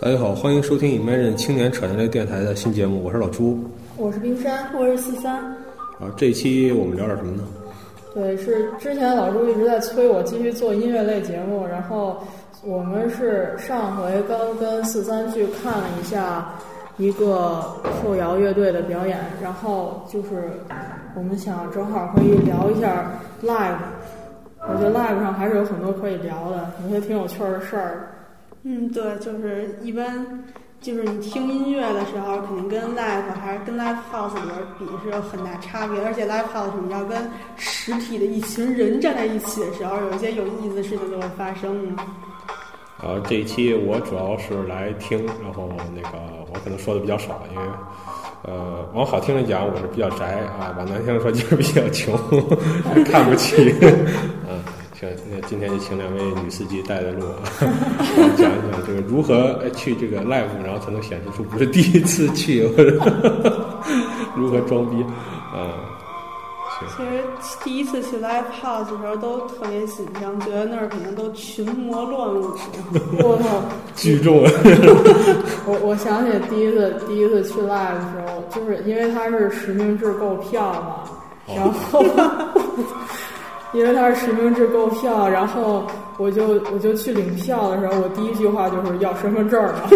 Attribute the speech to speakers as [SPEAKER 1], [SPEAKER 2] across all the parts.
[SPEAKER 1] 大家好，欢迎收听 Imagine 青年产业类电台的新节目，我是老朱。
[SPEAKER 2] 我是冰山，
[SPEAKER 3] 我是四三，
[SPEAKER 1] 啊，这一期我们聊点什么呢？
[SPEAKER 2] 对，是之前老朱一直在催我继续做音乐类节目，然后我们是上回刚跟四三去看了一下一个后摇乐队的表演，然后就是我们想正好可以聊一下 live，我觉得 live 上还是有很多可以聊的，有些挺有趣儿的事儿。
[SPEAKER 3] 嗯，对，就是一般，就是你听音乐的时候，肯定跟 live 还是跟 live house 里边比是有很大差别，而且 live house 你要跟实体的一群人站在一起的时候，有一些有意思的事情就会发生了。
[SPEAKER 1] 啊，这一期我主要是来听，然后那个我可能说的比较少，因为呃，往好听的讲我是比较宅啊，往难听的说就是比较穷， 看不起。 嗯、行，那今天就请两位女司机带带路啊， 讲一讲这个如何哎去这个 live，然后才能显示出不是第一次去，或者 如何装逼啊。行。
[SPEAKER 3] 其实第一次去 live house 的时候都特别紧张，觉得那儿肯定都群魔乱舞。
[SPEAKER 2] 我靠！
[SPEAKER 1] 聚众，
[SPEAKER 2] 我我想起第一次第一次去 live 的时候，就是因为它是实名制购票嘛，
[SPEAKER 1] 哦
[SPEAKER 2] 然后 因为它是实名制购票，然后我就我就去领票的时候，我第一句话就是要身份证嘛，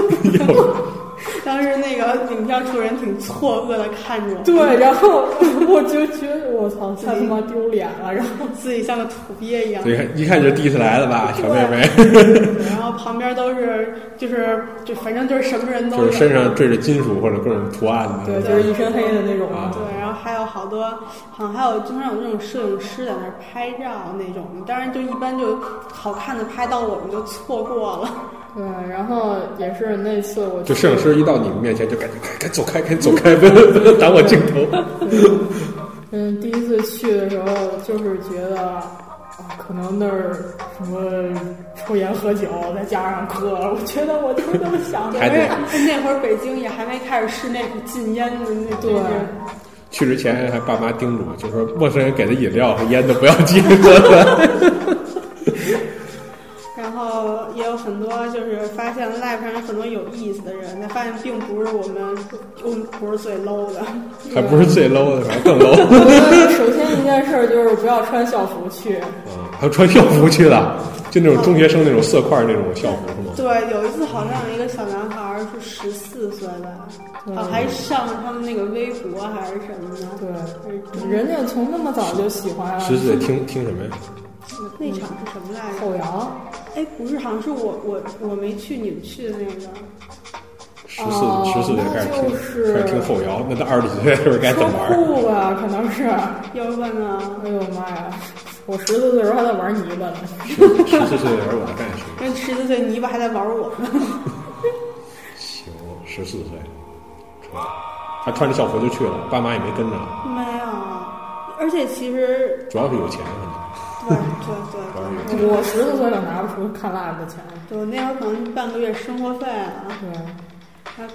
[SPEAKER 3] 当时那个领票处人挺错愕的看着我，
[SPEAKER 2] 对，然后我就觉得我操，太他妈丢脸了，然后
[SPEAKER 3] 自己像个土鳖一样。
[SPEAKER 1] 对，一看就是第一次来的吧，小妹妹，
[SPEAKER 3] 然后旁边都是就是就反正就是什么人都
[SPEAKER 1] 就
[SPEAKER 3] 有，
[SPEAKER 1] 是身上缀着金属或者各种图案
[SPEAKER 2] 对，
[SPEAKER 1] 的。
[SPEAKER 2] 就是一身黑的那种
[SPEAKER 1] 啊
[SPEAKER 2] 嘛，
[SPEAKER 3] 对，然后还有好多，好像还有经常有那种摄影师在那儿拍照那种的，当然就一般就好看的拍到我们就错过了。
[SPEAKER 2] 对，然后也是那次我
[SPEAKER 1] 就
[SPEAKER 2] 去
[SPEAKER 1] 摄影师一到你们面前，就赶紧赶赶走开，赶紧走开，不 能不能挡我镜头。
[SPEAKER 2] 嗯，第一次去的时候就是觉得，啊，可能那儿什么抽烟喝酒，再加上喝，我觉得我就是那么想 的。
[SPEAKER 1] 还得
[SPEAKER 3] 而且那会儿北京也还没开始室内禁烟的那
[SPEAKER 2] 对
[SPEAKER 3] 真是
[SPEAKER 1] 去之前还爸妈叮嘱，就说陌生人给的饮料和烟都不要接过来。
[SPEAKER 3] 然后也有很多就是发现 live 上有很多有意思的人，但发现并不是我们我们不是最 low 的。
[SPEAKER 1] 还不是最 low 的，还更 low。
[SPEAKER 2] 我觉得首先一件事儿就是不要穿校服去，
[SPEAKER 1] 啊，还有穿校服去的，就那种中学生那种色块那种校服是吗？
[SPEAKER 3] 对，有一次好像有一个小男孩儿是十四岁吧，
[SPEAKER 2] 对
[SPEAKER 3] 啊，还上了他们那个微博还是什么的。
[SPEAKER 2] 对，
[SPEAKER 3] 嗯
[SPEAKER 2] 人家从那么早就喜欢
[SPEAKER 1] 十
[SPEAKER 2] 了
[SPEAKER 1] 岁听听什么呀？
[SPEAKER 3] 那场是什么来着？
[SPEAKER 2] 后摇，
[SPEAKER 3] 哎，不是，好像是我我我没去，你们去的那个。
[SPEAKER 1] 十四十四岁开始
[SPEAKER 2] 那哦就是
[SPEAKER 1] 听，开始听后摇，那到二十几岁的时候该怎
[SPEAKER 2] 说
[SPEAKER 1] 么玩？
[SPEAKER 2] 酷吧，可能是。哎
[SPEAKER 3] 要问啊，
[SPEAKER 2] 呦妈呀！我十四岁的时候还在玩泥巴呢，
[SPEAKER 1] 十四岁的时候我干什么？
[SPEAKER 3] 那十四岁泥巴还在玩我呢。
[SPEAKER 1] 行，十四岁，穿，他穿着校服就去了，爸妈也没跟着，
[SPEAKER 3] 没有，而且其实
[SPEAKER 1] 主要是有钱可能。
[SPEAKER 3] 对对对对，
[SPEAKER 2] 我十四岁可拿不出看 live 的钱。
[SPEAKER 3] 对我那会儿可能半个月生活费了，
[SPEAKER 2] 对，
[SPEAKER 3] 然后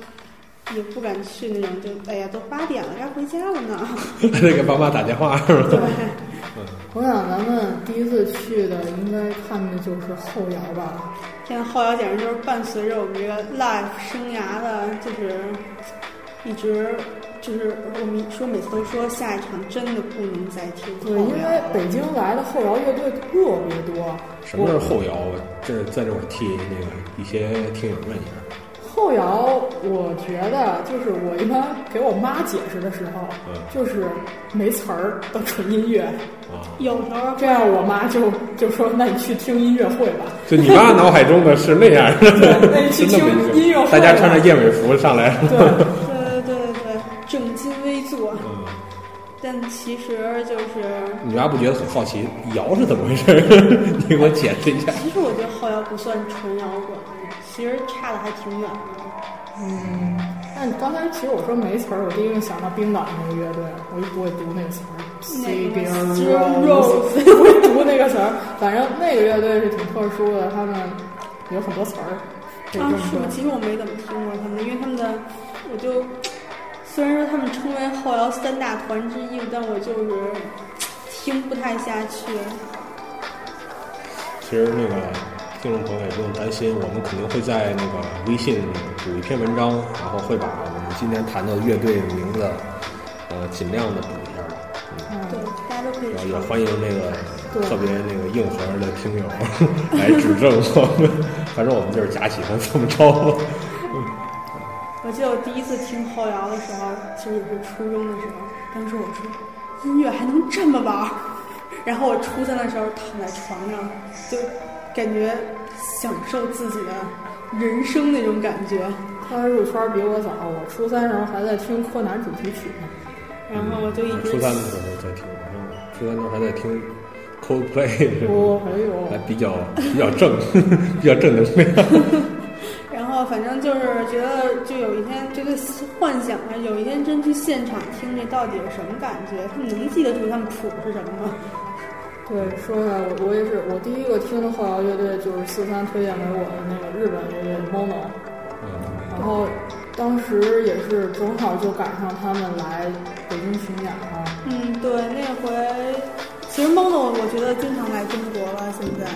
[SPEAKER 3] 也不敢去那种，就哎呀，都八点了，该回家了呢。
[SPEAKER 1] 还得给爸妈打电话是吧？
[SPEAKER 2] 我想咱们第一次去的应该看的就是后摇吧，
[SPEAKER 3] 现在后摇简直就是伴随着我们这个 live 生涯的，就是一直就是我们说每次都说下一场真的不能再听后
[SPEAKER 2] 对，因为
[SPEAKER 3] 摇。
[SPEAKER 2] 北京来的后摇乐队特别多。
[SPEAKER 1] 什么是后摇？我这在这我替那个一些听友问一下，
[SPEAKER 2] 后摇，我觉得就是我一般给我妈解释的时候
[SPEAKER 1] 嗯，
[SPEAKER 2] 就是没词儿的纯音乐，
[SPEAKER 1] 啊，
[SPEAKER 3] 有时候
[SPEAKER 2] 这样我妈就就说：“那你去听音乐会 吧。
[SPEAKER 1] 就你妈脑海中的是那样的，
[SPEAKER 2] 那你
[SPEAKER 1] 是
[SPEAKER 2] 去
[SPEAKER 1] 那
[SPEAKER 2] 听
[SPEAKER 1] 么一个
[SPEAKER 2] 音乐会吧。”
[SPEAKER 1] 大家穿着燕尾服上来，
[SPEAKER 2] 对，
[SPEAKER 3] 对对对对对，正襟危坐。
[SPEAKER 1] 嗯，
[SPEAKER 3] 但其实就是，
[SPEAKER 1] 你妈不觉得很好奇摇是怎么回事？ 你给我解释一下。
[SPEAKER 3] 其实我觉得后摇不算纯摇滚，其实差的还挺远的。
[SPEAKER 2] 嗯。那你刚才其实我说没词儿，我第一个想到冰岛那个乐队，我也不会读那个词儿。
[SPEAKER 3] 那
[SPEAKER 2] Singing
[SPEAKER 3] 个
[SPEAKER 2] Rose 不会读那个词儿，反正那个乐队是挺特殊的，他们有很多词儿。可以这
[SPEAKER 3] 啊
[SPEAKER 2] 么，
[SPEAKER 3] 是
[SPEAKER 2] 说
[SPEAKER 3] 吗？其实我没怎么听过他们的，因为他们的，我就虽然说他们称为后摇三大团之一，但我就是听不太下去。
[SPEAKER 1] 其实那个听众朋友也不用担心，我们肯定会在那个微信里补一篇文章，然后会把我们今天谈的乐队的名字，呃，尽量的补一下吧。嗯，
[SPEAKER 3] 对，大家都可以
[SPEAKER 1] 然后
[SPEAKER 3] 去
[SPEAKER 1] 也
[SPEAKER 3] 看。
[SPEAKER 1] 欢迎那个呃
[SPEAKER 2] 对
[SPEAKER 1] 特别那个硬核的听友来指正我们，反正我们就是假喜欢怎么着吧。
[SPEAKER 3] 我记得我第一次听后摇的时候，其实也是初中的时候，当时我说音乐还能这么玩儿，然后我初三的时候躺在床上，就感觉享受自己的人生那种感觉。
[SPEAKER 2] 他入圈比我早，我初三时候还在听柯南主题曲呢。
[SPEAKER 3] 然后我就一直
[SPEAKER 1] 初三的时候在听，然后初三的时候还在听 Coldplay，
[SPEAKER 2] 我哎
[SPEAKER 1] 还
[SPEAKER 2] 呦，
[SPEAKER 1] 比较比较正， 比较正能量。
[SPEAKER 3] 然后反正就是觉得，就有一天这个幻想啊，有一天真去现场听这到底是什么感觉？他们能记得住他们谱是什么吗？
[SPEAKER 2] 对，说起来我我也是，我第一个听的后摇乐队就是四三推荐给我的那个日本乐队 Mono，
[SPEAKER 1] 嗯
[SPEAKER 2] 然后当时也是正好就赶上他们来北京巡演了。
[SPEAKER 3] 嗯，对，那回其实 Mono 我觉得经常来中国了，现在。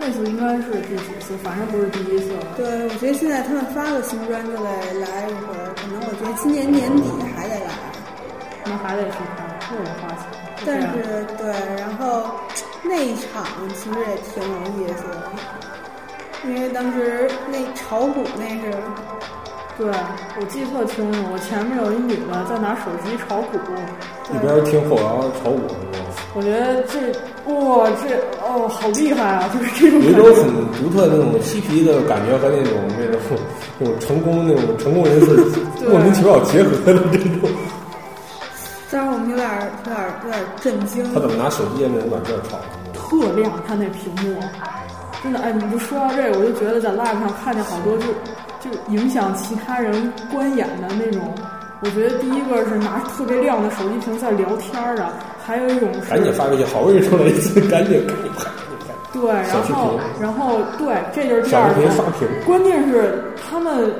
[SPEAKER 2] 那次应该是第几次？反正不是第一次了。
[SPEAKER 3] 对，我觉得现在他们发个新专辑来来一回，可能我觉得今年年底还得来。
[SPEAKER 2] 那还得去看，又得花钱。就这
[SPEAKER 3] 但
[SPEAKER 2] 样
[SPEAKER 3] 是对，然后那一场其实也挺有意思的，因为当时那炒股那是，
[SPEAKER 2] 对啊我记得特清楚，我前面有一女的在拿手机炒股，
[SPEAKER 1] 一边听后摇炒股是吗？
[SPEAKER 2] 我觉得这哇这哦好厉害啊，就是这种
[SPEAKER 1] 有一
[SPEAKER 2] 感
[SPEAKER 1] 种
[SPEAKER 2] 觉。
[SPEAKER 1] 很独特的那种嬉皮的感觉和那种那种那种成功那种成功人士
[SPEAKER 2] 对
[SPEAKER 1] 莫名其妙结合的这种，
[SPEAKER 3] 当时我们有点儿有点儿有点儿震惊。
[SPEAKER 1] 他怎么拿手机那种软件炒？
[SPEAKER 2] 特亮，它那屏幕，真的哎，你就说到这个，我就觉得在 live 上看见好多就就影响其他人观演的那种。我觉得第一个是拿特别亮的手机屏在聊天儿啊，还有一种是
[SPEAKER 1] 赶紧发微信，好不容易出来一次，赶紧赶紧拍，
[SPEAKER 2] 对，
[SPEAKER 1] 小
[SPEAKER 2] 然
[SPEAKER 1] 视
[SPEAKER 2] 后
[SPEAKER 1] 频
[SPEAKER 2] 然后对，这就是第
[SPEAKER 1] 小
[SPEAKER 2] 二
[SPEAKER 1] 视频
[SPEAKER 2] 种
[SPEAKER 1] 刷屏。
[SPEAKER 2] 关键是他们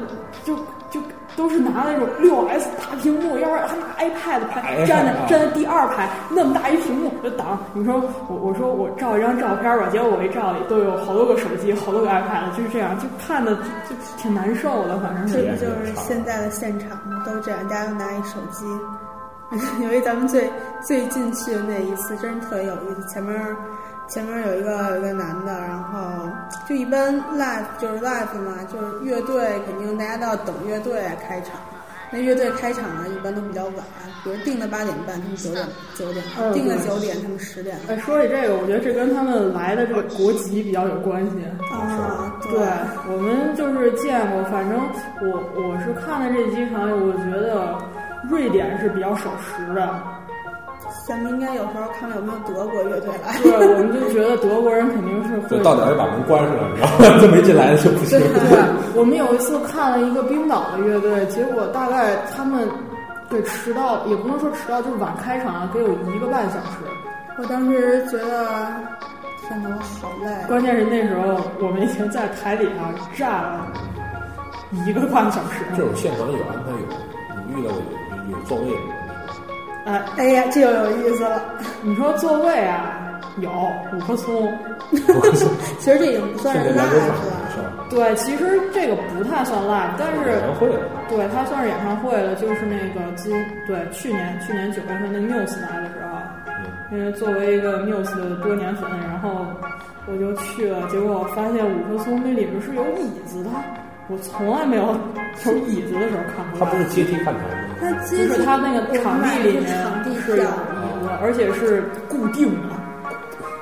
[SPEAKER 2] 就就都是拿那种六 S 大屏幕，要不然还拿 iPad 拍，
[SPEAKER 1] iPad
[SPEAKER 2] 站在
[SPEAKER 1] 啊
[SPEAKER 2] 站在第二排那么大一屏幕就挡。你说我我说我照一张照片吧，结果我一照都有好多个手机，好多个 iPad，就是这样，就看的就挺难受的，反正
[SPEAKER 3] 这
[SPEAKER 2] 是。
[SPEAKER 3] 不就是现在的现场吗？都这样，大家都拿一手机。 由于咱们最最近去的那一次，真是特别有意思。前面儿前面儿有一个有一个男的，然后就一般 live 就是 live 嘛，就是乐队肯定大家都要等乐队开场。那乐队开场呢，一般都比较晚，比如定的八点半，他们九点九点；
[SPEAKER 2] 嗯
[SPEAKER 3] 定的
[SPEAKER 2] 对
[SPEAKER 3] 九点，他们十点。
[SPEAKER 2] 哎，说起这个，我觉得这跟他们来的这个国籍比较有关系。
[SPEAKER 3] 啊，
[SPEAKER 2] 对，我们就是见过，反正我我是看了这几场，我觉得瑞典是比较守时的，
[SPEAKER 3] 咱们应该有时候看看有没有德国乐队来。
[SPEAKER 2] 对，我们就觉得德国人肯定是
[SPEAKER 1] 就
[SPEAKER 2] 会。
[SPEAKER 1] 到点儿就把门关上了，然后就没进来就不行
[SPEAKER 2] 对。对，我们有一次看了一个冰岛的乐队，结果大概他们给迟到，也不能说迟到，就是晚开场啊，得有一个半小时。
[SPEAKER 3] 我当时觉得，天哪，我好累。
[SPEAKER 2] 关键是那时候我们已经在台底下站了一个半小时
[SPEAKER 1] 这种
[SPEAKER 2] 了。
[SPEAKER 1] 现场有安排有，你遇到有有座位吗？
[SPEAKER 2] 哎，
[SPEAKER 3] 哎呀，这又有意思了。
[SPEAKER 2] 你说座位啊，有五棵松。
[SPEAKER 3] 其实这已经不算
[SPEAKER 1] 现在
[SPEAKER 3] 是 live
[SPEAKER 1] 来回场是
[SPEAKER 3] 了。
[SPEAKER 1] 吧？
[SPEAKER 2] 对，其实这个不太算 live，但
[SPEAKER 1] 演
[SPEAKER 2] 是
[SPEAKER 1] 唱会
[SPEAKER 2] 对它算是演唱会了，就是那个今对去年去年九月份的 Muse 来的时候，
[SPEAKER 1] 嗯
[SPEAKER 2] 因为作为一个 Muse 的多年粉，然后我就去了，结果我发现五棵松那里面是有椅子的，我从来没有有椅子的时候看过。
[SPEAKER 1] 他不是阶梯看台吗？
[SPEAKER 3] 那接
[SPEAKER 2] 就是
[SPEAKER 3] 近
[SPEAKER 2] 它那个场地里面
[SPEAKER 3] 场地
[SPEAKER 2] 是有椅
[SPEAKER 3] 票，
[SPEAKER 2] 子，而且是固定的。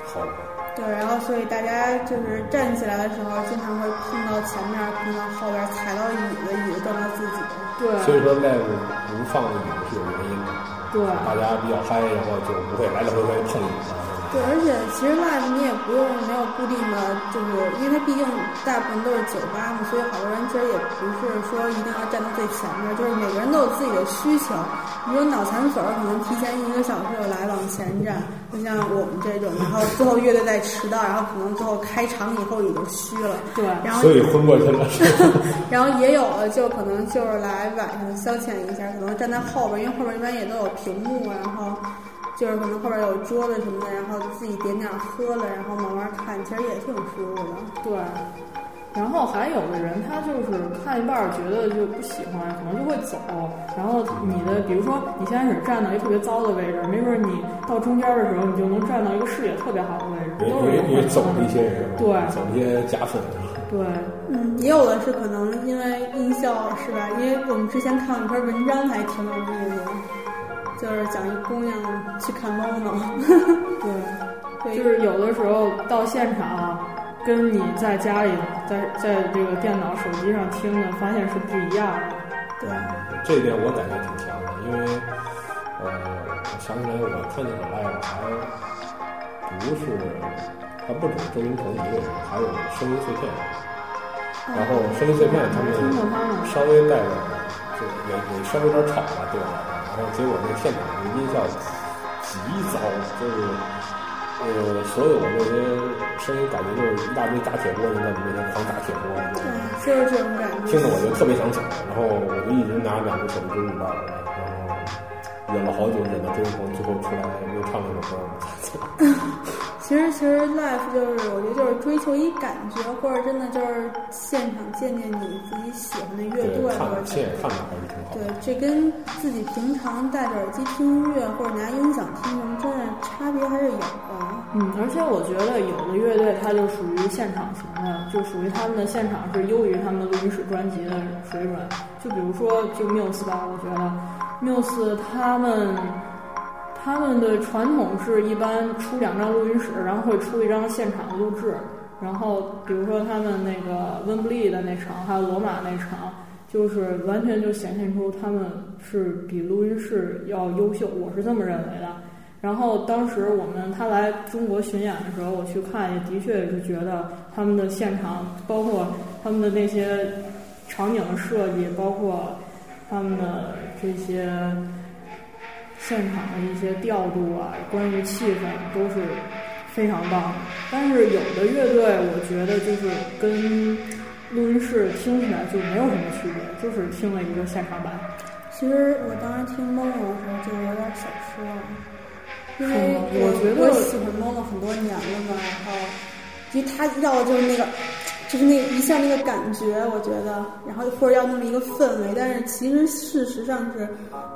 [SPEAKER 1] 好吧，
[SPEAKER 3] 对，然后所以大家就是站起来的时候，经常会碰到前面，碰到后边，踩到椅子，椅子撞到自己。
[SPEAKER 2] 对
[SPEAKER 1] 所以说 live 不放椅子是有原因的，
[SPEAKER 2] 对
[SPEAKER 1] 大家比较嗨，然后就不会来来回回碰椅子。
[SPEAKER 3] 对，而且其实 live 你也不用没有固定的，就是因为它毕竟大部分都是酒吧嘛，所以好多人其实也不是说一定要站到最前面，就是每个人都有自己的需求。比如脑残粉儿可能提前一个小时有来往前站，就像我们这种，然后最后乐队再迟到，然后可能最后开场以后也就虚了。
[SPEAKER 2] 对
[SPEAKER 3] 然后
[SPEAKER 1] 所以昏过去了。是吧
[SPEAKER 3] 然后也有的就可能就是来晚上消遣一下，可能站在后边，因为后边一般也都有屏幕，然后就是可能后边有桌子什么的，然后自己点点喝了，然后慢慢看，其实也挺舒服的。
[SPEAKER 2] 对。然后还有的人，他就是看一半儿觉得就不喜欢，可能就会走。然后你的，比如说你先开始站到一个特别糟的位置，没准儿你到中间的时候，你就能站到一个视野特别好的位置，
[SPEAKER 1] 也
[SPEAKER 2] 都是
[SPEAKER 1] 也
[SPEAKER 2] 有
[SPEAKER 1] 也走
[SPEAKER 2] 可
[SPEAKER 1] 了
[SPEAKER 2] 能
[SPEAKER 1] 一些人，
[SPEAKER 2] 对
[SPEAKER 1] 走了一些假粉啊，
[SPEAKER 2] 对，
[SPEAKER 3] 嗯，也有的是可能因为音效是吧？因为我们之前看过一篇文章还挺有意思的，就是讲一姑娘去看猫呢。
[SPEAKER 2] 对，
[SPEAKER 3] 对
[SPEAKER 2] 就是有的时候到现场，跟你在家里在在这个电脑、手机上听的，发现是不一样的。
[SPEAKER 3] 对，
[SPEAKER 1] 这一点我感觉挺强的，因为呃，我想起来我看见老赖我还不是，还不止周云鹏一个人，还有声音碎片，然后声音碎片他
[SPEAKER 2] 听
[SPEAKER 1] 们
[SPEAKER 2] 过他们，
[SPEAKER 1] 稍微带着就也也稍微有点吵吧对我来说，然后结果那现场那音效极糟，就是呃所有的那些声音感觉就是一大堆打铁锅人在我们面前狂打铁锅，
[SPEAKER 3] 对，嗯就是这种感觉。
[SPEAKER 1] 听得我就特别想走，然后我就一直拿两只手追着绕着，然后忍了好久，忍到追风，最后出来又唱那首歌，我才走。
[SPEAKER 3] 其实其实 live 就是我觉得就是追求一感觉，或者真的就是现场见见你自己喜欢的乐队
[SPEAKER 1] 对，
[SPEAKER 3] 或者
[SPEAKER 1] 看
[SPEAKER 3] 怎
[SPEAKER 1] 现
[SPEAKER 3] 么
[SPEAKER 1] 在看着还是挺好
[SPEAKER 3] 对
[SPEAKER 1] 的。，
[SPEAKER 3] 这跟自己平常戴着耳机听音乐或者拿音响听什么，真的差别还是有的。
[SPEAKER 2] 嗯，而且我觉得有的乐队它就属于现场型的，就属于他们的现场是优于他们的录音室专辑的水准。就比如说，就 Muse 吧，我觉得 Muse 他们他们的传统是一般出两张录音室，然后会出一张现场的录制。然后比如说他们那个温布利的那场，还有罗马那场，就是完全就显现出他们是比录音室要优秀，我是这么认为的。然后当时我们他来中国巡演的时候，我去看，也的确是觉得他们的现场，包括他们的那些场景的设计，包括他们的这些现场的一些调度啊，关于气氛都是非常棒的。但是有的乐队，我觉得就是跟录音室听起来就没有什么区别，就是听了一个现场版。
[SPEAKER 3] 其实我当时听 Mono 的时候就有点少失望，因
[SPEAKER 2] 是
[SPEAKER 3] 为
[SPEAKER 2] 吗我觉得
[SPEAKER 3] 我喜欢 Mono 很多年了嘛，然后因为他要的就是那个，就是那一下那个感觉，我觉得，然后或者要那么一个氛围，但是其实事实上是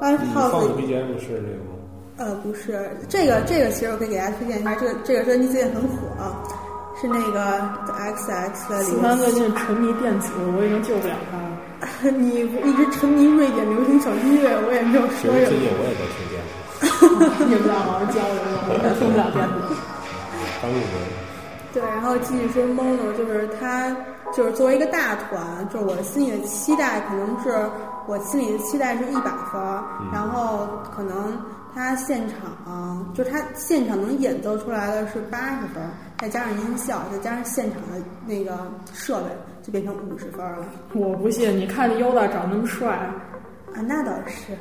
[SPEAKER 3] Live
[SPEAKER 1] 你
[SPEAKER 3] House
[SPEAKER 1] 放的 BGM 是那个吗？
[SPEAKER 3] 呃，不是这个，这个其实我可以给大家推荐一下，这个这个专辑最近很火，是那个 X X 的
[SPEAKER 2] 四三最
[SPEAKER 3] 零。
[SPEAKER 2] 近沉迷电子，我已经救不了他了。
[SPEAKER 3] 你一直沉迷瑞典流行小音乐，我也没有
[SPEAKER 1] 其
[SPEAKER 3] 说
[SPEAKER 1] 实
[SPEAKER 3] 什
[SPEAKER 1] 最
[SPEAKER 3] 么。
[SPEAKER 1] 近我也在听电子，
[SPEAKER 2] 你们俩老师教流我，我听不了电子。
[SPEAKER 1] 当时
[SPEAKER 3] 对，然后继续说 Mono，就是他就是作为一个大团，就是我心里的期待可能是我心里的期待是一百分儿，然后可能他现场就他现场能演奏出来的是八十分儿，再加上音效，再加上现场的那个设备，就变成五十分儿了。
[SPEAKER 2] 我不信，你看优大长那么帅，
[SPEAKER 3] 啊，那倒是，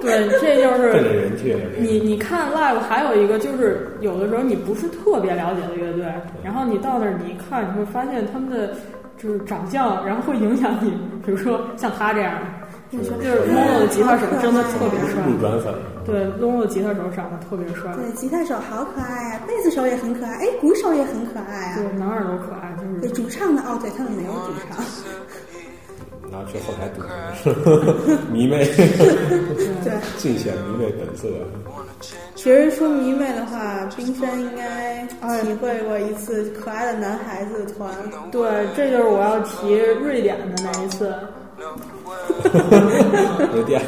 [SPEAKER 2] 对，这就
[SPEAKER 1] 奔着
[SPEAKER 2] 是
[SPEAKER 1] 人去的，
[SPEAKER 2] 你你看 live 还有一个就是有的时候你不是特别了解的乐队，然后你到那儿你一看，你会发现他们的就是长相，然后会影响你，比如说像他这样的，
[SPEAKER 3] 你说
[SPEAKER 1] 嗯
[SPEAKER 2] 就是 Mono 的吉他手真的特别
[SPEAKER 3] 啊
[SPEAKER 2] 帅，
[SPEAKER 1] 路转粉。
[SPEAKER 2] 对，Mono 的吉他手长得特别帅，
[SPEAKER 3] 对，吉他手好可爱呀、贝斯手也很可爱，哎，鼓手也很可爱啊
[SPEAKER 2] 对。，男二都可爱，就是
[SPEAKER 3] 对，主唱呢？哦，对，他们没有主唱。
[SPEAKER 1] 然后去后台堵着，迷妹，
[SPEAKER 3] 对，
[SPEAKER 1] 尽显迷妹本色。
[SPEAKER 3] 其实说迷妹的话，冰山应该体会过一次可爱的男孩子团。
[SPEAKER 2] 对，这就是我要提瑞典的那一次。
[SPEAKER 1] 有点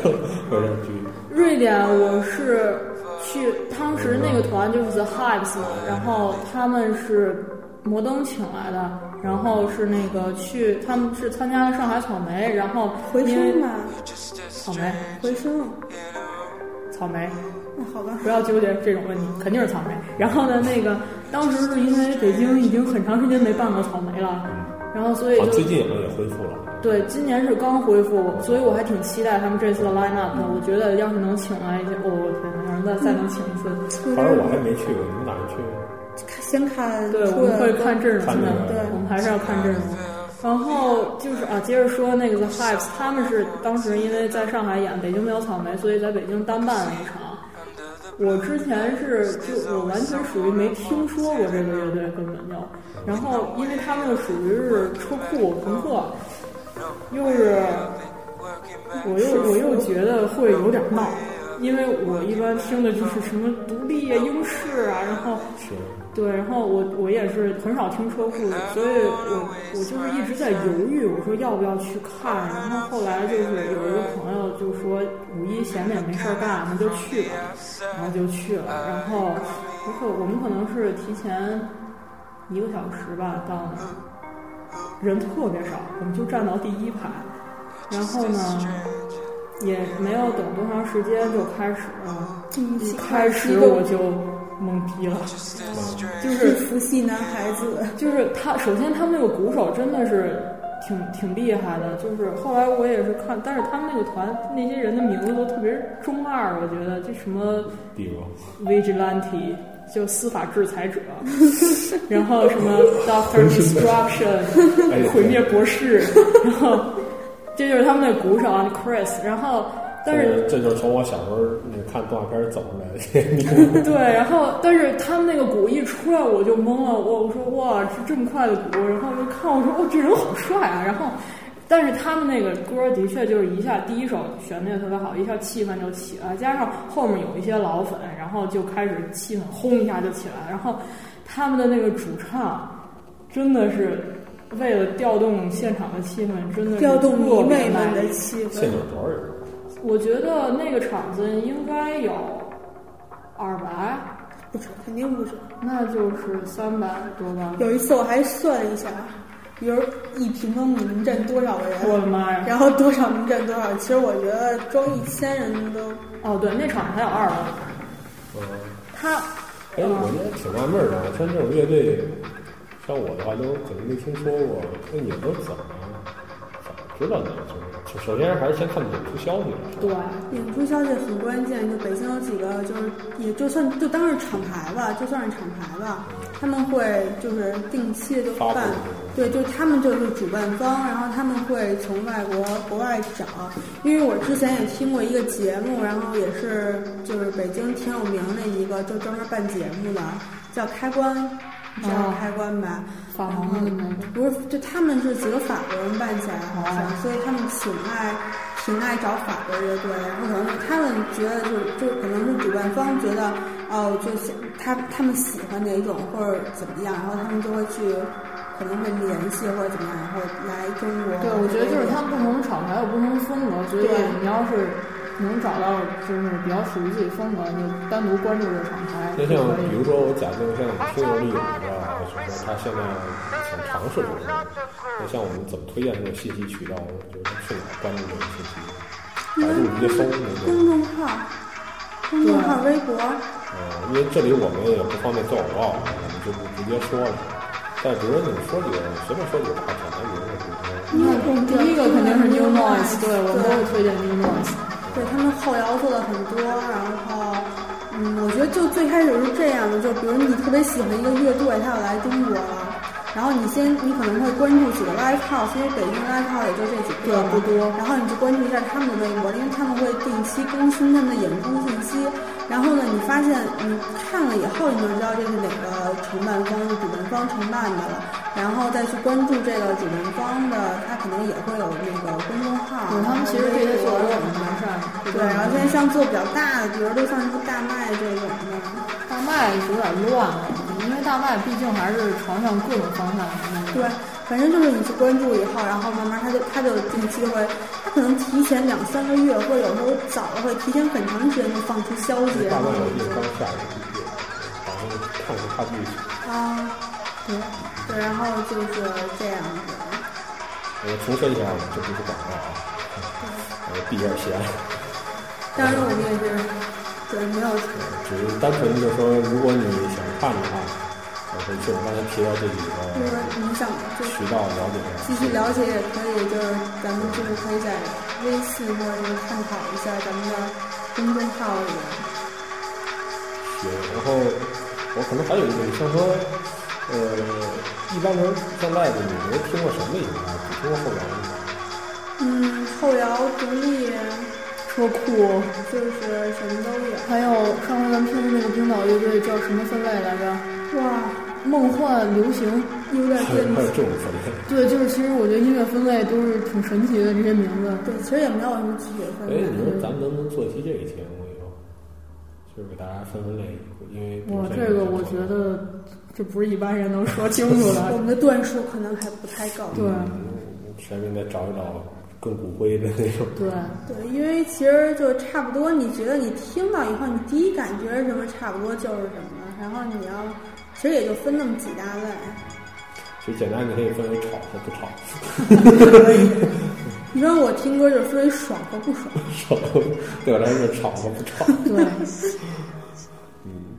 [SPEAKER 1] 有点剧。
[SPEAKER 2] 瑞典我是去当时那个团就是 The Hives，嘛然后他们是摩登请来的，然后是那个去他们是参加了上海草莓，然后
[SPEAKER 3] 回
[SPEAKER 2] 因为
[SPEAKER 3] 声吧，
[SPEAKER 2] 草莓
[SPEAKER 3] 回声。
[SPEAKER 2] 草莓
[SPEAKER 3] 那好吧，
[SPEAKER 2] 不要纠结这种问题，肯定是草莓。然后呢，那个当时是因为北京已经很长时间没办过草莓了，然后所以
[SPEAKER 1] 好，
[SPEAKER 2] 就
[SPEAKER 1] 最近好像也恢复了。
[SPEAKER 2] 对，今年是刚恢复，所以我还挺期待他们这次的 line up 的。我觉得要是能请来一些，哦，我天哪，要是再再能请一次，
[SPEAKER 1] 反正我还没去过，你们打算去吗？
[SPEAKER 3] 先看
[SPEAKER 2] 对，我
[SPEAKER 3] 出
[SPEAKER 2] 们
[SPEAKER 3] 来
[SPEAKER 2] 会看阵容
[SPEAKER 1] 看阵
[SPEAKER 2] 的
[SPEAKER 1] 容，
[SPEAKER 2] 对
[SPEAKER 1] 对
[SPEAKER 2] 我们还是要看阵容。然后就是啊，接着说那个 The Hives，他们是当时因为在上海演，北京没有草莓，所以在北京单办了一场。我之前是就我完全属于没听说过这个乐队，根本就。然后因为他们属于是车库朋克，又是我又我又觉得会有点闹，因为我一般听的就是什么独立啊、英式啊，然后
[SPEAKER 1] 是
[SPEAKER 2] 对，然后我我也是很少听车库，所以我我就是一直在犹豫，我说要不要去看。然后后来就是有一个朋友就说五一闲着也没事儿干，我们就去吧，然后就去了。然后不过我们可能是提前一个小时吧到那儿，人特别少，我们就站到第一排。然后呢，也没有等多长时间就开始了。
[SPEAKER 3] 第一
[SPEAKER 2] 嗯一
[SPEAKER 3] 期
[SPEAKER 2] 开始我就懵逼了，就是
[SPEAKER 3] 福系男孩子，
[SPEAKER 2] 就是他，首先他们那个鼓手真的是挺挺厉害的，就是后来我也是看，但是他们那个团那些人的名字都特别中二，我觉得这什么
[SPEAKER 1] 嗯帝国，
[SPEAKER 2] vigilante 就司法制 裁者，然后什么 doctor destruction
[SPEAKER 1] 哎呦
[SPEAKER 2] 毁灭博士，然后这就是他们的鼓手啊 Chris，然后但是
[SPEAKER 1] 呃这这就是从我小时候那看动画片走出来的。
[SPEAKER 2] 对，然后但是他们那个鼓一出来我就懵了，我我说哇，这这么快的鼓，然后就看我说哦，这人好帅啊，然后。但是他们那个歌的确就是一下第一首旋律特别好，一下气氛就起来，加上后面有一些老粉，然后就开始气氛轰一下就起来，然后他们的那个主唱真的是为了调动现场的气氛，真的是
[SPEAKER 3] 调动迷
[SPEAKER 2] 特别
[SPEAKER 3] 妹们
[SPEAKER 2] 卖
[SPEAKER 3] 的
[SPEAKER 2] 力
[SPEAKER 3] 气
[SPEAKER 1] 现
[SPEAKER 3] 氛。
[SPEAKER 1] 场多少人？啊
[SPEAKER 2] 我觉得那个场子应该有二百。
[SPEAKER 3] 不止，肯定不止。
[SPEAKER 2] 那就是三百多吧。
[SPEAKER 3] 有一次我还算了一下，比如一平方米能站多少个
[SPEAKER 2] 我
[SPEAKER 3] 人，
[SPEAKER 2] 的妈呀！
[SPEAKER 3] 然后多少能站多少。其实我觉得装一千人都
[SPEAKER 2] 哦，对，那场还有二楼。
[SPEAKER 1] 嗯，
[SPEAKER 2] 他
[SPEAKER 1] 哎，我也挺纳闷的，啊像这种乐队，像我的话都可能没听说过，那你们都怎么怎么知道的？就是首先还是先看演出消息吧。
[SPEAKER 2] 对，
[SPEAKER 3] 演出消息很关键，就北京有几个，就是也就算就当是厂牌吧，就算是厂牌吧，他们会就是定期的
[SPEAKER 1] 发布
[SPEAKER 3] 办，对，就他们就是主办方，然后他们会从外国国外找，因为我之前也听过一个节目，然后也是就是北京挺有名的一个，就专门办节目的，叫开关，你知道
[SPEAKER 2] 哦
[SPEAKER 3] 开关吧？
[SPEAKER 2] 法盲的那个。
[SPEAKER 3] 不是，就他们是几个法国人办起来好像，所以他们挺爱挺爱找法国乐队，然后可能他们觉得就就可能是主办方觉得哦，就是他他们喜欢哪种或者怎么样，然后他们就会去可能会联系或者怎么样，然后来中国。
[SPEAKER 2] 对，我觉得就是他们不同的厂牌有不同的风格，所以
[SPEAKER 3] 对
[SPEAKER 2] 你要是能找到就是比较属于自己风格，你就单独关注这个厂牌
[SPEAKER 1] 就
[SPEAKER 2] 就
[SPEAKER 1] 像
[SPEAKER 2] 可
[SPEAKER 1] 比
[SPEAKER 2] 以。
[SPEAKER 1] 如说我假定像我听友里有一个，就是说他现在想尝试这个，那像我们怎么推荐这种信息渠道？就是去哪儿关注这种信息？百度直接搜那种
[SPEAKER 3] 公。众号、公众号、微博，
[SPEAKER 1] 呃，因为这里我们也不方便做广告，我们就不直接说了。但比如说你说几个，随便说几个大厂牌名字，比如说
[SPEAKER 2] 那第一个肯定是 New Noise，对我们都会推荐 New Noise。
[SPEAKER 3] 对他们后摇做的很多，然后，嗯，我觉得就最开始是这样的，就比如你特别喜欢一个乐队，他要来中国了，然后你先你可能会关注几个 live house，因为北京 live house 也就这几个嘛
[SPEAKER 2] 对不多
[SPEAKER 3] 然后你就关注一下他们的微博，因为他们会定期更新他们的演出信息。然后呢，你发现你看了以后，你就知道这是哪个承办方、主办方承办的了，然后再去关注这个主办方的，他可能也会有那个公众号。啊
[SPEAKER 2] 对，嗯他们其实这些做的都很完善。
[SPEAKER 3] 对，然后现在像做比较大的，比如就像什么大麦这种的，
[SPEAKER 2] 大麦有点乱了，因为大麦毕竟还是朝向各种方向的那个。
[SPEAKER 3] 对，反正就是你去关注以后，然后慢慢它就它就定期会，它可能提前两三个月，或者有时候早了会提前很长时间就放出消息，
[SPEAKER 1] 大
[SPEAKER 3] 然后
[SPEAKER 1] 半有一个刚下一个毕业，然后看看他自己。
[SPEAKER 3] 啊，对对，然后就是这样子。
[SPEAKER 1] 我呃重申一下，这不是广告啊，呃，避一下嫌，
[SPEAKER 3] 当然我们也是，对，没有
[SPEAKER 1] 只是单纯就是说，如果你想看的话，我会去我刚才提到这几
[SPEAKER 3] 就
[SPEAKER 1] 个
[SPEAKER 3] 是说你想就
[SPEAKER 1] 渠道了解一下。
[SPEAKER 3] 继续了解也可以，就是咱们就是可以在微信或者是探讨一下咱们的公众号里。
[SPEAKER 1] 行，然后我可能还有一个，你像说，呃，一般人像赖子，你没听过什么音乐？只听过后摇吗？
[SPEAKER 3] 嗯，后摇独立，
[SPEAKER 2] 多酷！
[SPEAKER 3] 就是什么都有。
[SPEAKER 2] 还有上回咱们听的那个冰岛乐队叫什么分类来着？
[SPEAKER 3] 哇，
[SPEAKER 2] 梦幻流行。
[SPEAKER 3] 有点
[SPEAKER 1] 还有
[SPEAKER 3] 真
[SPEAKER 1] 还有这种分类。
[SPEAKER 2] 对，就是其实我觉得音乐分类都是挺神奇的这些名字。
[SPEAKER 3] 对，其实也没有什么积雪分
[SPEAKER 1] 哎，你
[SPEAKER 3] 类。
[SPEAKER 1] 说咱们能不能做一期这个节目以后，就是给大家分分类，因为比如
[SPEAKER 2] 哇，
[SPEAKER 1] 说
[SPEAKER 2] 这个我觉得这不是一般人能说清楚
[SPEAKER 3] 我
[SPEAKER 2] 的。
[SPEAKER 3] 们的段数可能还不太够。
[SPEAKER 2] 对
[SPEAKER 1] 嗯下面再找一找更骨灰的那种。
[SPEAKER 2] 对，
[SPEAKER 3] 对，因为其实就差不多，你觉得你听到以后，你第一感觉是什么，差不多就是什么。然后你要，其实也就分那么几大类。
[SPEAKER 1] 就简单，你可以分为吵和不吵，
[SPEAKER 3] 你说我听歌就分为爽和不爽，
[SPEAKER 1] 吵和对我来说是吵和不吵。
[SPEAKER 2] 对。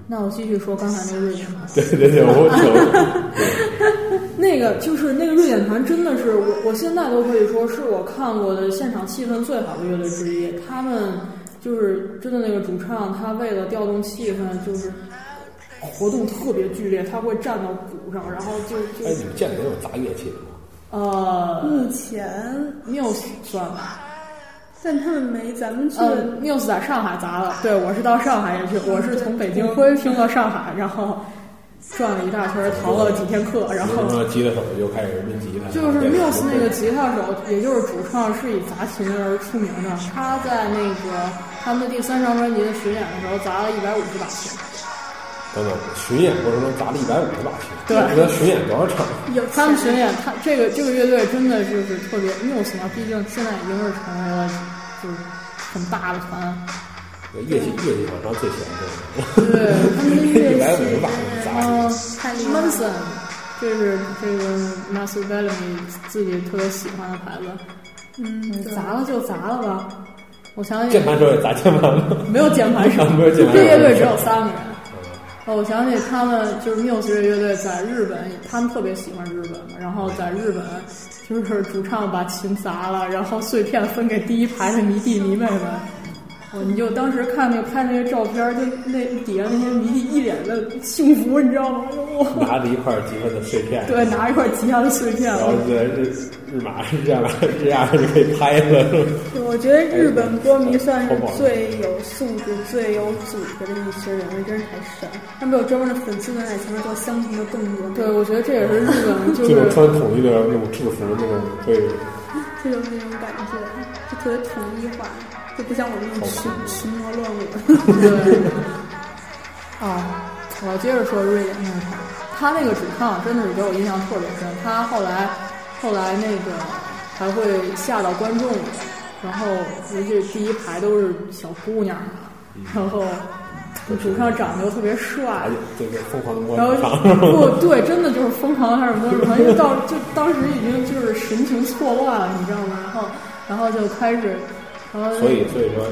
[SPEAKER 2] 那我继续说刚才那瑞典团，
[SPEAKER 1] 对对对，我懂。
[SPEAKER 2] 那个就是那个瑞典团，真的是我我现在都可以说是我看过的现场气氛最好的乐队之一。他们就是真的那个主唱，他为了调动气氛，就是活动特别剧烈，他会站到鼓上，然后就
[SPEAKER 1] 哎，
[SPEAKER 2] 就
[SPEAKER 1] 你们见过那种砸乐器的吗？
[SPEAKER 2] 呃
[SPEAKER 3] 目前，
[SPEAKER 2] ，Muse 算吧，
[SPEAKER 3] 但他们没咱们去
[SPEAKER 2] 呃，Muse 在上海砸了，对我是到上海也去，我是从北京飞飞到上海，然后转了一大圈，逃了几天课，然
[SPEAKER 1] 比
[SPEAKER 2] 后
[SPEAKER 1] 如说吉他手就开始抡吉他，
[SPEAKER 2] 就是
[SPEAKER 1] 对
[SPEAKER 2] Muse 那个吉他手，也就是主唱，是以砸琴而出名的。他在那个他们的第三张专辑的巡演的时候，砸了一百五十把琴。
[SPEAKER 1] 等等巡演过程中砸了一百五十把琴，
[SPEAKER 2] 对
[SPEAKER 1] 你说巡演多少场？
[SPEAKER 3] 有
[SPEAKER 2] 他们巡
[SPEAKER 3] 钱
[SPEAKER 2] 演，他这个这个乐队真的就是特别 Muse 嘛，毕竟现在已经是成为了就是很大的团。
[SPEAKER 1] 乐器乐器厂商最喜欢这种。
[SPEAKER 2] 对，他们的乐
[SPEAKER 1] 一百五
[SPEAKER 2] 器
[SPEAKER 1] 十把琴砸
[SPEAKER 2] 然后
[SPEAKER 1] 了，
[SPEAKER 3] 太厉呃害了。
[SPEAKER 2] Manson，这是这个 m a s s Bellamy 自己特别喜欢的牌子。
[SPEAKER 3] 嗯，对
[SPEAKER 2] 砸了就砸了吧，我想想也
[SPEAKER 1] 键盘手也砸键盘吗？
[SPEAKER 2] 没有键盘手，
[SPEAKER 1] 没有键盘手嗯
[SPEAKER 2] 这乐队只有三个人。哦，我想起他们就是 Muse 这乐队在日本，他们特别喜欢日本嘛，然后在日本就是主唱把琴砸了，然后碎片分给第一排的迷弟迷妹们。我你就当时看那个拍那个照片，就那底下那些迷弟一脸的幸福，你知道吗？哦哇，
[SPEAKER 1] 拿着一块吉他的碎片，
[SPEAKER 2] 对，拿一块吉他的碎片，
[SPEAKER 1] 然后在日日马是这样这样就可以拍了。
[SPEAKER 3] 对我觉得日本歌迷算是最有素质、最有组织的一群人，真是太神。他们有专门的粉丝团在前面做相同的动作，
[SPEAKER 2] 对，我觉得这也是日本就
[SPEAKER 1] 就是是穿统一的那种制服，那种对，
[SPEAKER 3] 这就是那种感觉，就特别统一化，就不像我们那种群群魔乱舞。
[SPEAKER 2] 对，啊，我接着说瑞典那个团，他那个主唱真的是给我印象特别深。他后来后来那个还会吓到观众，然后尤其是第一排都是小姑娘嘛，然后主唱长得又特别帅
[SPEAKER 1] 而且。这个疯狂的摸
[SPEAKER 2] 然后
[SPEAKER 1] 场。
[SPEAKER 2] 不对，真的就是疯狂地开始摸手，因为到就当时已经就是神情错乱了，你知道吗？然后然后就开始，然后
[SPEAKER 1] 所以所以说，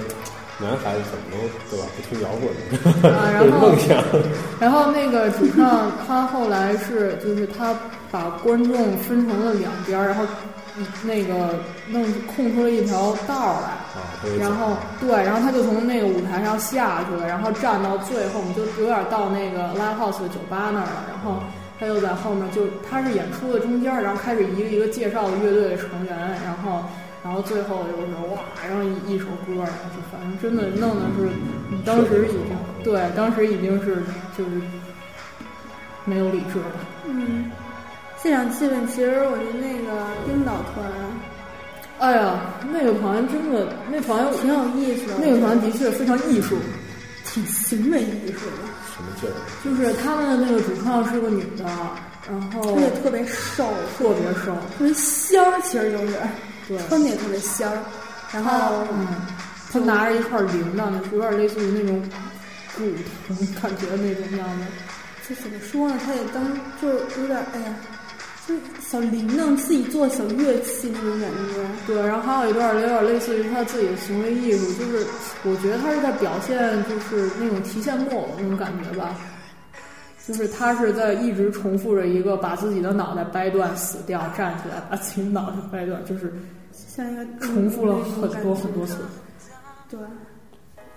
[SPEAKER 1] 男孩子怎么能对吧？不听摇
[SPEAKER 2] 啊
[SPEAKER 1] 滚，
[SPEAKER 2] 然
[SPEAKER 1] 这
[SPEAKER 2] 后
[SPEAKER 1] 是梦想。
[SPEAKER 2] 然后那个主唱他后来是就是他把观众分成了两边儿，然后那个弄空出了一条道儿来，
[SPEAKER 1] 啊，所以
[SPEAKER 2] 然后对，然后他就从那个舞台上下去了，然后站到最后，就有点到那个 live house 的酒吧那儿了，然后。他就在后面，就他是演出的中间儿，然后开始一个一个介绍乐队的成员，然后，然后最后就是哇，然后一一首歌，然后就反正真的弄的是，你当时已经对，当时已经是就是没有理智了。
[SPEAKER 3] 嗯，现场气氛其实我觉得那个冰岛团
[SPEAKER 2] 哎呀，那个团真的，那团
[SPEAKER 3] 挺有意思的，啊
[SPEAKER 2] 那个团的确非常艺术，
[SPEAKER 3] 挺行为艺术的，
[SPEAKER 1] 什么劲儿？
[SPEAKER 2] 就是他们的那个主唱是个女的，然后
[SPEAKER 3] 而且特别瘦，
[SPEAKER 2] 特别瘦，
[SPEAKER 3] 特别仙儿，其实就是
[SPEAKER 2] 对，
[SPEAKER 3] 穿的也特别仙儿。然后，
[SPEAKER 2] 嗯，她拿着一块铃铛，有点类似于那种古铜感觉那种样子。
[SPEAKER 3] 这怎么说呢？他也当就是有点哎呀，就是小铃铛自己做小乐器那种感觉。
[SPEAKER 2] 对，然后还有一段有点类似于他自己的行为艺术，就是我觉得他是在表现就是那种提线木偶那种感觉吧，就是他是在一直重复着一个把自己的脑袋掰断死掉，站起来把自己脑袋掰断，就是
[SPEAKER 3] 像一个
[SPEAKER 2] 重复了很多很多次。。
[SPEAKER 3] 对，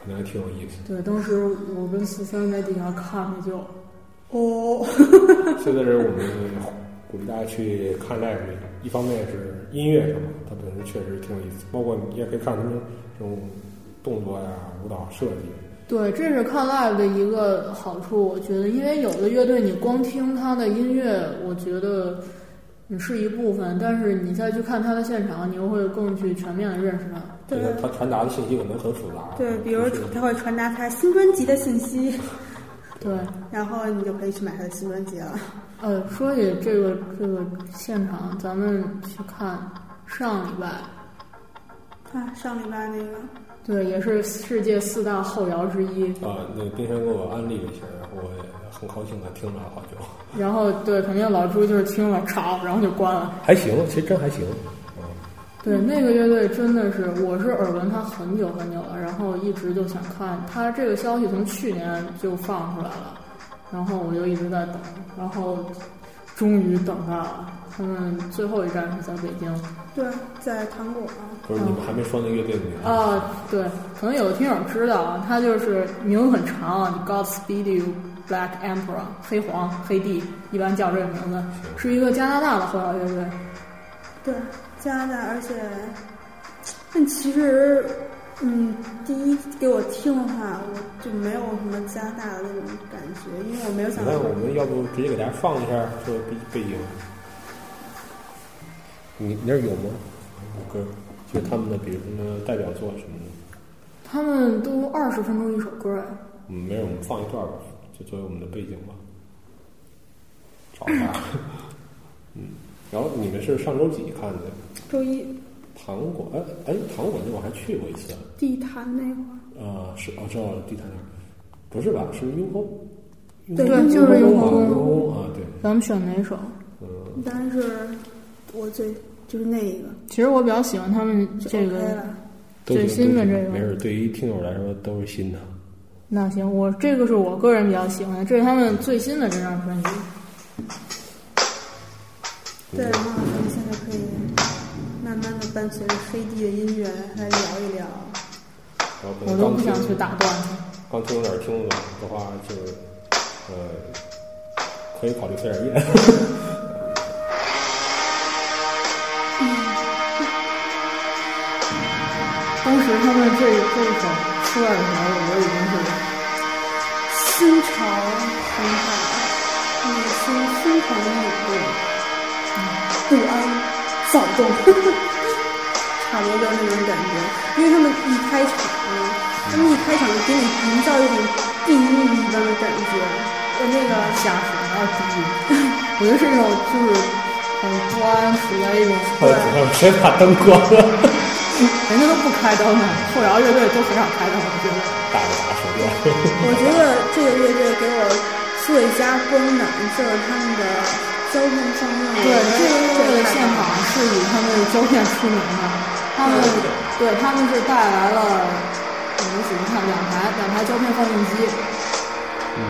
[SPEAKER 1] 可能还挺有意思。
[SPEAKER 2] 对，当时我跟四三在底下看着就，
[SPEAKER 3] 哦，
[SPEAKER 1] 所以在这儿我们鼓励大家去看 live，一方面是音乐上嘛，它本身确实挺有意思，包括你也可以看他们这种动作呀、舞蹈设计。
[SPEAKER 2] 对，这是看 live 的一个好处，我觉得，因为有的乐队你光听他的音乐，我觉得你是一部分，但是你再去看他的现场，你又会更去全面的认识他。
[SPEAKER 3] 对
[SPEAKER 1] 就是他传达的信息可能很复杂。
[SPEAKER 3] 对，比如
[SPEAKER 1] 就是
[SPEAKER 3] 他会传达他新专辑的信息，
[SPEAKER 2] 对，
[SPEAKER 3] 然后你就可以去买他的新专辑了。
[SPEAKER 2] 呃，说起这个这个现场，咱们去看上礼拜，
[SPEAKER 3] 啊，上礼拜那个，
[SPEAKER 2] 对，也是世界四大后摇之一。
[SPEAKER 1] 啊，那冰山给我安利了一下，然后我也很高兴的听了好久，
[SPEAKER 2] 然后对，肯定老朱就是听了吵，然后就关了。
[SPEAKER 1] 还行，其实真还行。嗯，
[SPEAKER 2] 对，那个乐队真的是，我是耳闻他很久很久了，然后一直就想看他这个消息，从去年就放出来了，然后我就一直在等，然后终于等到了。他们最后一站是在北京
[SPEAKER 3] 对，在糖果。啊
[SPEAKER 1] 不是你
[SPEAKER 2] 嗯
[SPEAKER 1] 们还没说那乐队名
[SPEAKER 2] 啊，对，可能有的听友知道啊，他就是名很长啊，Godspeed You Black Emperor 黑皇黑帝，一般叫这个名字，是一个加拿大的后摇乐队。
[SPEAKER 3] 对，加拿大，而且，但其实，嗯，第一给我听的话，我就没有什么加拿大的那种感觉，因为我没有想
[SPEAKER 1] 那
[SPEAKER 3] 到。
[SPEAKER 1] 我们要不直接给大家放一下这个背背景？你你那儿有吗？有歌，就他们的，比如什么代表作什么的。
[SPEAKER 2] 他们都二十分钟一首歌哎。
[SPEAKER 1] 嗯，没事，我们放一段吧，就作为我们的背景吧。找一下。嗯，然后你们是上周几看的？
[SPEAKER 3] 周一
[SPEAKER 1] 糖果，哎哎，糖果那我还去过一次。
[SPEAKER 3] 地坛那会儿，
[SPEAKER 1] 呃，是哦，知道了，地摊那儿，不是吧？是雍和。
[SPEAKER 3] 对
[SPEAKER 2] 就是雍和宫
[SPEAKER 1] 啊雍和宫啊，对，
[SPEAKER 2] 咱们选哪首？
[SPEAKER 1] 嗯，
[SPEAKER 3] 但是我最就是那一个
[SPEAKER 2] 其实我比较喜欢他们
[SPEAKER 3] 就
[SPEAKER 2] 这
[SPEAKER 3] OK
[SPEAKER 2] 个。
[SPEAKER 3] 了。
[SPEAKER 1] 都
[SPEAKER 2] 最
[SPEAKER 1] 行
[SPEAKER 2] 新
[SPEAKER 1] 都
[SPEAKER 2] 的
[SPEAKER 1] 行
[SPEAKER 2] 这个
[SPEAKER 1] 没事儿，对于听友来说都是新的。
[SPEAKER 2] 那行，我这个是我个人比较喜欢的，这是他们最新的这张专辑。
[SPEAKER 3] 对，然后咱们现在可以慢慢的伴随着黑地的音乐来聊一聊。
[SPEAKER 1] 然后可
[SPEAKER 2] 我
[SPEAKER 1] 能
[SPEAKER 2] 都
[SPEAKER 1] 刚
[SPEAKER 2] 不
[SPEAKER 1] 听
[SPEAKER 2] 想去打断它。
[SPEAKER 1] 刚听哪儿听的的话，就是呃，可以考虑费点夜。
[SPEAKER 2] 当时他们这这首出来的时候，我已经是
[SPEAKER 3] 心潮澎湃，内心非常涌动，不嗯安、躁动， 差不多就是那种感觉。因为他们一开场，他们一开场就给你营造一种地狱一般的感觉。我那个
[SPEAKER 2] 下水要低音， 我觉得是一种就是很不安，处在一种
[SPEAKER 1] 我操，谁把灯关了？
[SPEAKER 2] 人家都不开灯的，后摇乐队都很少开灯，我觉得。
[SPEAKER 1] 打着打手电。
[SPEAKER 3] 我觉得这个乐队给我最佳光感就是他们的胶片放映。
[SPEAKER 2] 对，这个乐队的现场是以他们胶片出名的，他们对他们是带来了，我们只能看两台两台胶片放映机，
[SPEAKER 1] 嗯，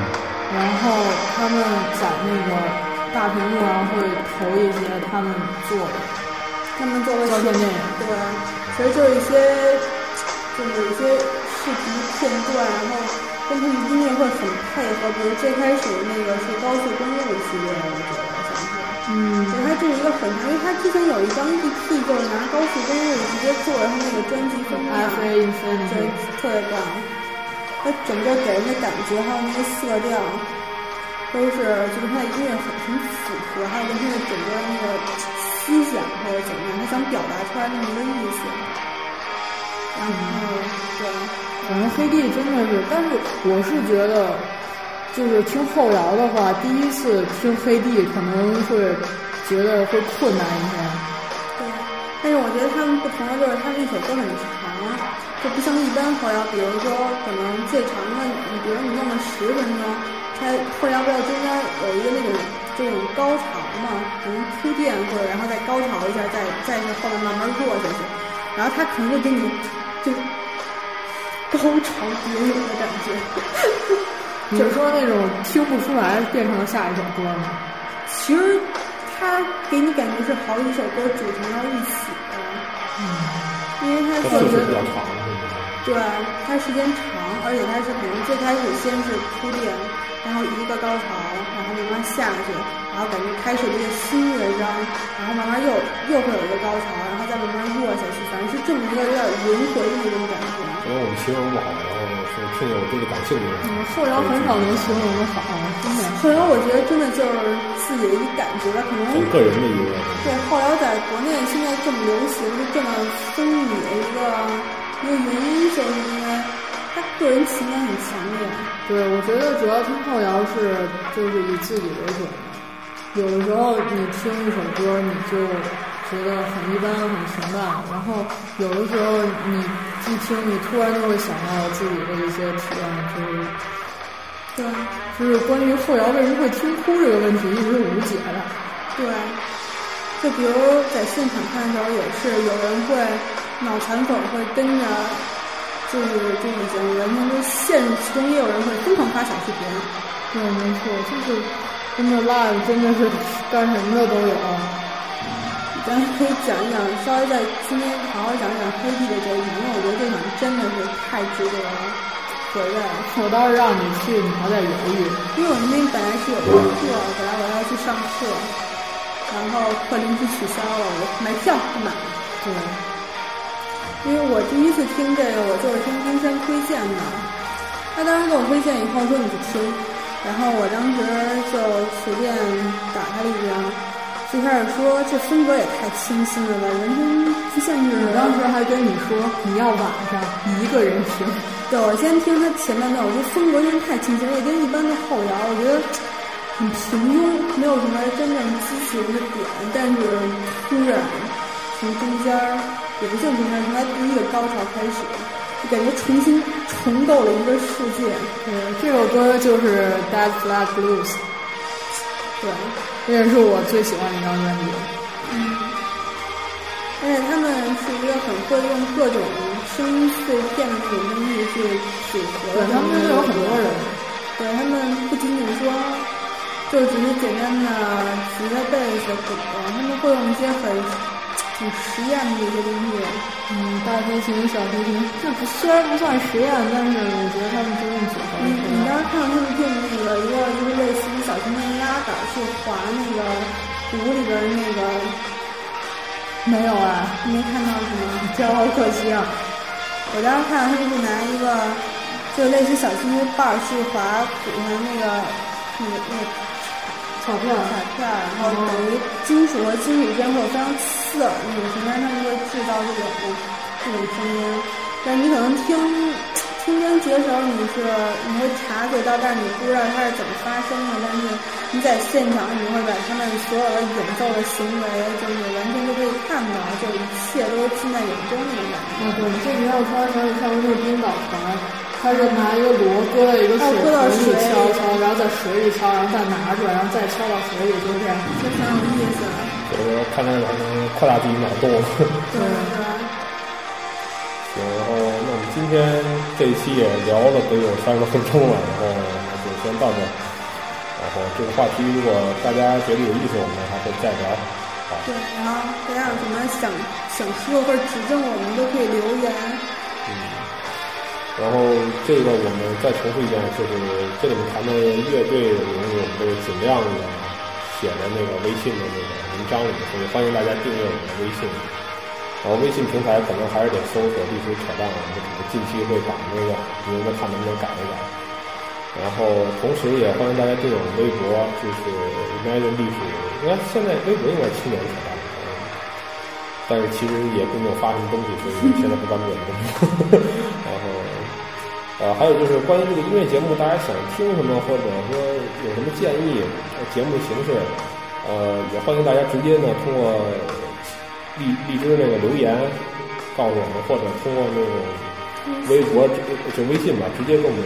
[SPEAKER 2] 然后他们在那个大屏幕上会投一些他们做的，
[SPEAKER 3] 他们做了
[SPEAKER 2] 胶片电影
[SPEAKER 3] 对，其实就是一些，就是一些视频片段，然后跟他们音乐会很配合。比如最开始那个是高速公路系列，我觉得像是，
[SPEAKER 2] 嗯
[SPEAKER 3] 对，它这是一个很长，因为它之前有一张 EP 就是拿高速公路直接做，然后那个专辑封面
[SPEAKER 2] ，F A Infinity
[SPEAKER 3] 就是。特别棒。它整个给人的感觉还有那个色调，啊都是就跟它的音乐很很符合，还有跟它的整个那个思想或者怎么样，他想表达出来那么一个意思。然后对，
[SPEAKER 2] 反正黑帝真的是，但是我是觉得，就是听后摇的话，第一次听黑帝可能会觉得会困难一些。
[SPEAKER 3] 对，但是我觉得他们不同的就是他们一首歌很长，就不像一般后摇，比如说可能最长的，你比如你弄了十分钟，它后摇不要中间有一个那种这种高潮嘛，可能铺垫或者然后再高潮一下，再再是后面慢慢过下去，然后它可能会给你就高潮迭涌的感觉。
[SPEAKER 2] 你是说那种听不出来变成下一首歌吗？
[SPEAKER 3] 其实它给你感觉是好几首歌组成到一起的，因为它
[SPEAKER 1] 它
[SPEAKER 3] 确
[SPEAKER 1] 次数
[SPEAKER 3] 实
[SPEAKER 1] 比较长，啊是不
[SPEAKER 3] 对，它时间长，而且它是可能最开始先是铺垫，然后一个高潮，然后慢慢下去，然后感觉开始这个新乐章，然后慢慢又又会有一个高潮，然后再慢慢落下去，反正是这么一个有点轮回的那种感觉。
[SPEAKER 1] 因为我们学游不好，然后是听友对这感兴趣的。
[SPEAKER 2] 嗯后摇很少能形容的好，啊真的。
[SPEAKER 3] 后摇我觉得真的就是自己的一感觉，可能
[SPEAKER 1] 很个人的一个，
[SPEAKER 3] 对，后摇在国内现在这么流行，就这么风靡的一个一个原因，就是因为他个人情感很强烈。
[SPEAKER 2] 对，我觉得主要听后摇是就是以自己为准的，有的时候你听一首歌你就觉得很一般很平淡，然后有的时候你一听你突然就会想到自己的一些体验，就是
[SPEAKER 3] 对，
[SPEAKER 2] 就是关于后摇为什么会听哭这个问题一直是无解的。
[SPEAKER 3] 对，就比如在现场看的时候也是，有人会脑残粉会跟着，就是就已经完全就陷入其中，也有人会疯狂发小视频。
[SPEAKER 2] 对，没错，就是真的 live 真的是干什么的都有。
[SPEAKER 3] 咱可以讲一讲，稍微再今天好好讲一讲黑地的这一场，因为我觉得这场真的是太值得回味了。
[SPEAKER 2] 我倒是让你去，你还在犹豫。
[SPEAKER 3] 因为我那天本来是有功课，本来我要去上课，然后课临时取消了，我买票不买了。
[SPEAKER 2] 对，
[SPEAKER 3] 因为我第一次听这个，我就是听冰山推荐的。他当时给我推荐以后说你去听，然后我当时就随便打开了一张，最开始说这风格也太清新了吧，完全不像是
[SPEAKER 2] 我当时还跟你说你要晚上一个人听。
[SPEAKER 3] 对，我先听他前半段，我觉得风格真的太清新，也跟一般的后摇，我觉得很平庸，没有什么真正激情的点。但是突然从中间儿，也不算中间儿，从他第一个高潮开始，就感觉重新重构了一个世界。
[SPEAKER 2] 对，嗯这首歌就是《Dead Flag Blues》，
[SPEAKER 3] 对，
[SPEAKER 2] 这也是我最喜欢的一张专辑。
[SPEAKER 3] 而且他们是一个很会用各种声音碎片的那种东西去组合
[SPEAKER 2] 对
[SPEAKER 3] 的，，
[SPEAKER 2] 他们真的有很多人。
[SPEAKER 3] 对他们不仅仅说就只是简单的吉他、贝斯、鼓，他们会用一些很很实验的一些东西。
[SPEAKER 2] 嗯，大提琴、小提琴，这不虽然不算实验，但是我觉得他们真正组合
[SPEAKER 3] 你
[SPEAKER 2] 的
[SPEAKER 3] 嗯你
[SPEAKER 2] 出来。
[SPEAKER 3] 当时看到他们用那个一个就是类似于小提琴拉杆去划那个鼓里边儿那个，
[SPEAKER 2] 没有啊，
[SPEAKER 3] 你没看到是吗？
[SPEAKER 2] 这样好可惜啊。
[SPEAKER 3] 我当时看到他们是拿一个就类似小提琴的把儿去划鼓上那个那个那个
[SPEAKER 2] 巧片
[SPEAKER 3] 卡片儿，然后等于金属和金属之间会有非常嗯刺耳那种声音，它就会制造这种这种声音。但你可能听听专辑的时候，你是你会察觉到，但是你不知道它是怎么发生的。但是你在现场，你会把他们所有的演奏的行为，就是完全都可以看到，就一切都是尽在眼中那种感觉。
[SPEAKER 2] 哦，对，这你要穿上上面那个冰岛船，他是拿一个锣搁在一个水
[SPEAKER 3] 哦搁到
[SPEAKER 2] 盆里
[SPEAKER 3] 水里
[SPEAKER 2] 敲一敲，然后在水里敲，然后再拿出来，然后再敲到水里，就这样。
[SPEAKER 3] 就挺有意思啊
[SPEAKER 1] 就
[SPEAKER 3] 的。
[SPEAKER 1] 是看这玩意能扩大自己脑洞。
[SPEAKER 3] 对对。
[SPEAKER 1] 行，然后那我们今天这一期也聊了得有三十多分钟了，然后那就先到这儿。然后这个话题如果大家觉得有意思，我们还会再聊。好，
[SPEAKER 3] 对，然后大家有什么想想说或者指正我们，都可以留言。
[SPEAKER 1] 然后这个我们再重复一遍，就是这里面谈的乐队的名字，我们都尽量的写在那个微信的那个文章里面，所以欢迎大家订阅我们的微信。然后微信平台可能还是得搜索“历史扯淡”，我们可能近期会把那个名字看能不能改一改。然后同时也欢迎大家订阅我们微博，就是 Imagine 历史，应该现在微博应该七年扯淡了。嗯但是其实也并没有发什么东西，所以现在不关注我们的东西。 然后，呃，还有就是关于这个音乐节目，大家想听什么，或者说有什么建议，呃节目的形式，呃，也欢迎大家直接呢通过荔荔枝那个留言告诉我们，或者通过那种微博就微信吧，直接跟我们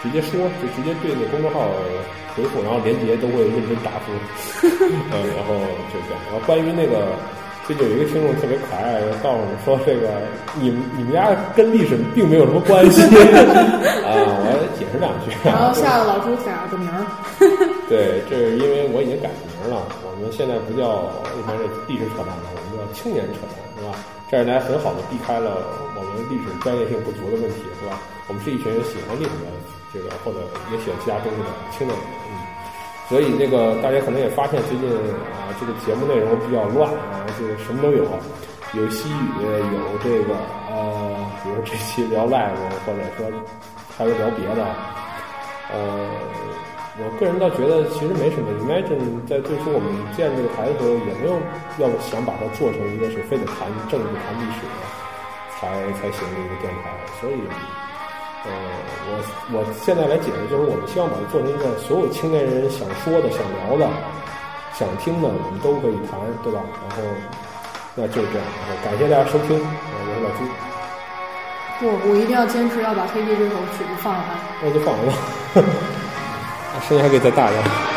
[SPEAKER 1] 直接说，就直接对那公众号回复，然后连接都会认真答复。嗯，然后就这样。然后关于那个，这就有一个听众特别可爱，告诉我们说这个你们你们家跟历史并没有什么关系啊，我解释两句。啊
[SPEAKER 2] 然后下了老朱改了个名儿，
[SPEAKER 1] 对，这是因为我已经改名了，我们现在不叫一般是历史扯淡了，我们叫青年扯淡，是吧？这样大家很好的避开了我们历史专业性不足的问题，是吧？我们是一群喜欢历史的这个或者也喜欢其他东西的青年人，嗯。所以这个大家可能也发现最近啊，这个节目内容比较乱啊，就是什么都有，有西语，有这个呃比如这期聊 live，或者说还有聊别的，呃，我个人倒觉得其实没什么。Imagine 在最初我们建这个台的时候，也没有要想把它做成一个是非得谈政治、谈历史才才行的一个电台，所以。呃，我我现在来解释，就是我们希望把它做成一个所有青年人想说的、想聊的、想听的，我们都可以谈，对吧？然后，那就是这样。然后感谢大家收听，呃我是老朱，
[SPEAKER 2] 我我一定要坚 持要把《黑地》这首曲子放完。
[SPEAKER 1] 那就放完了，声音还可以再大一点。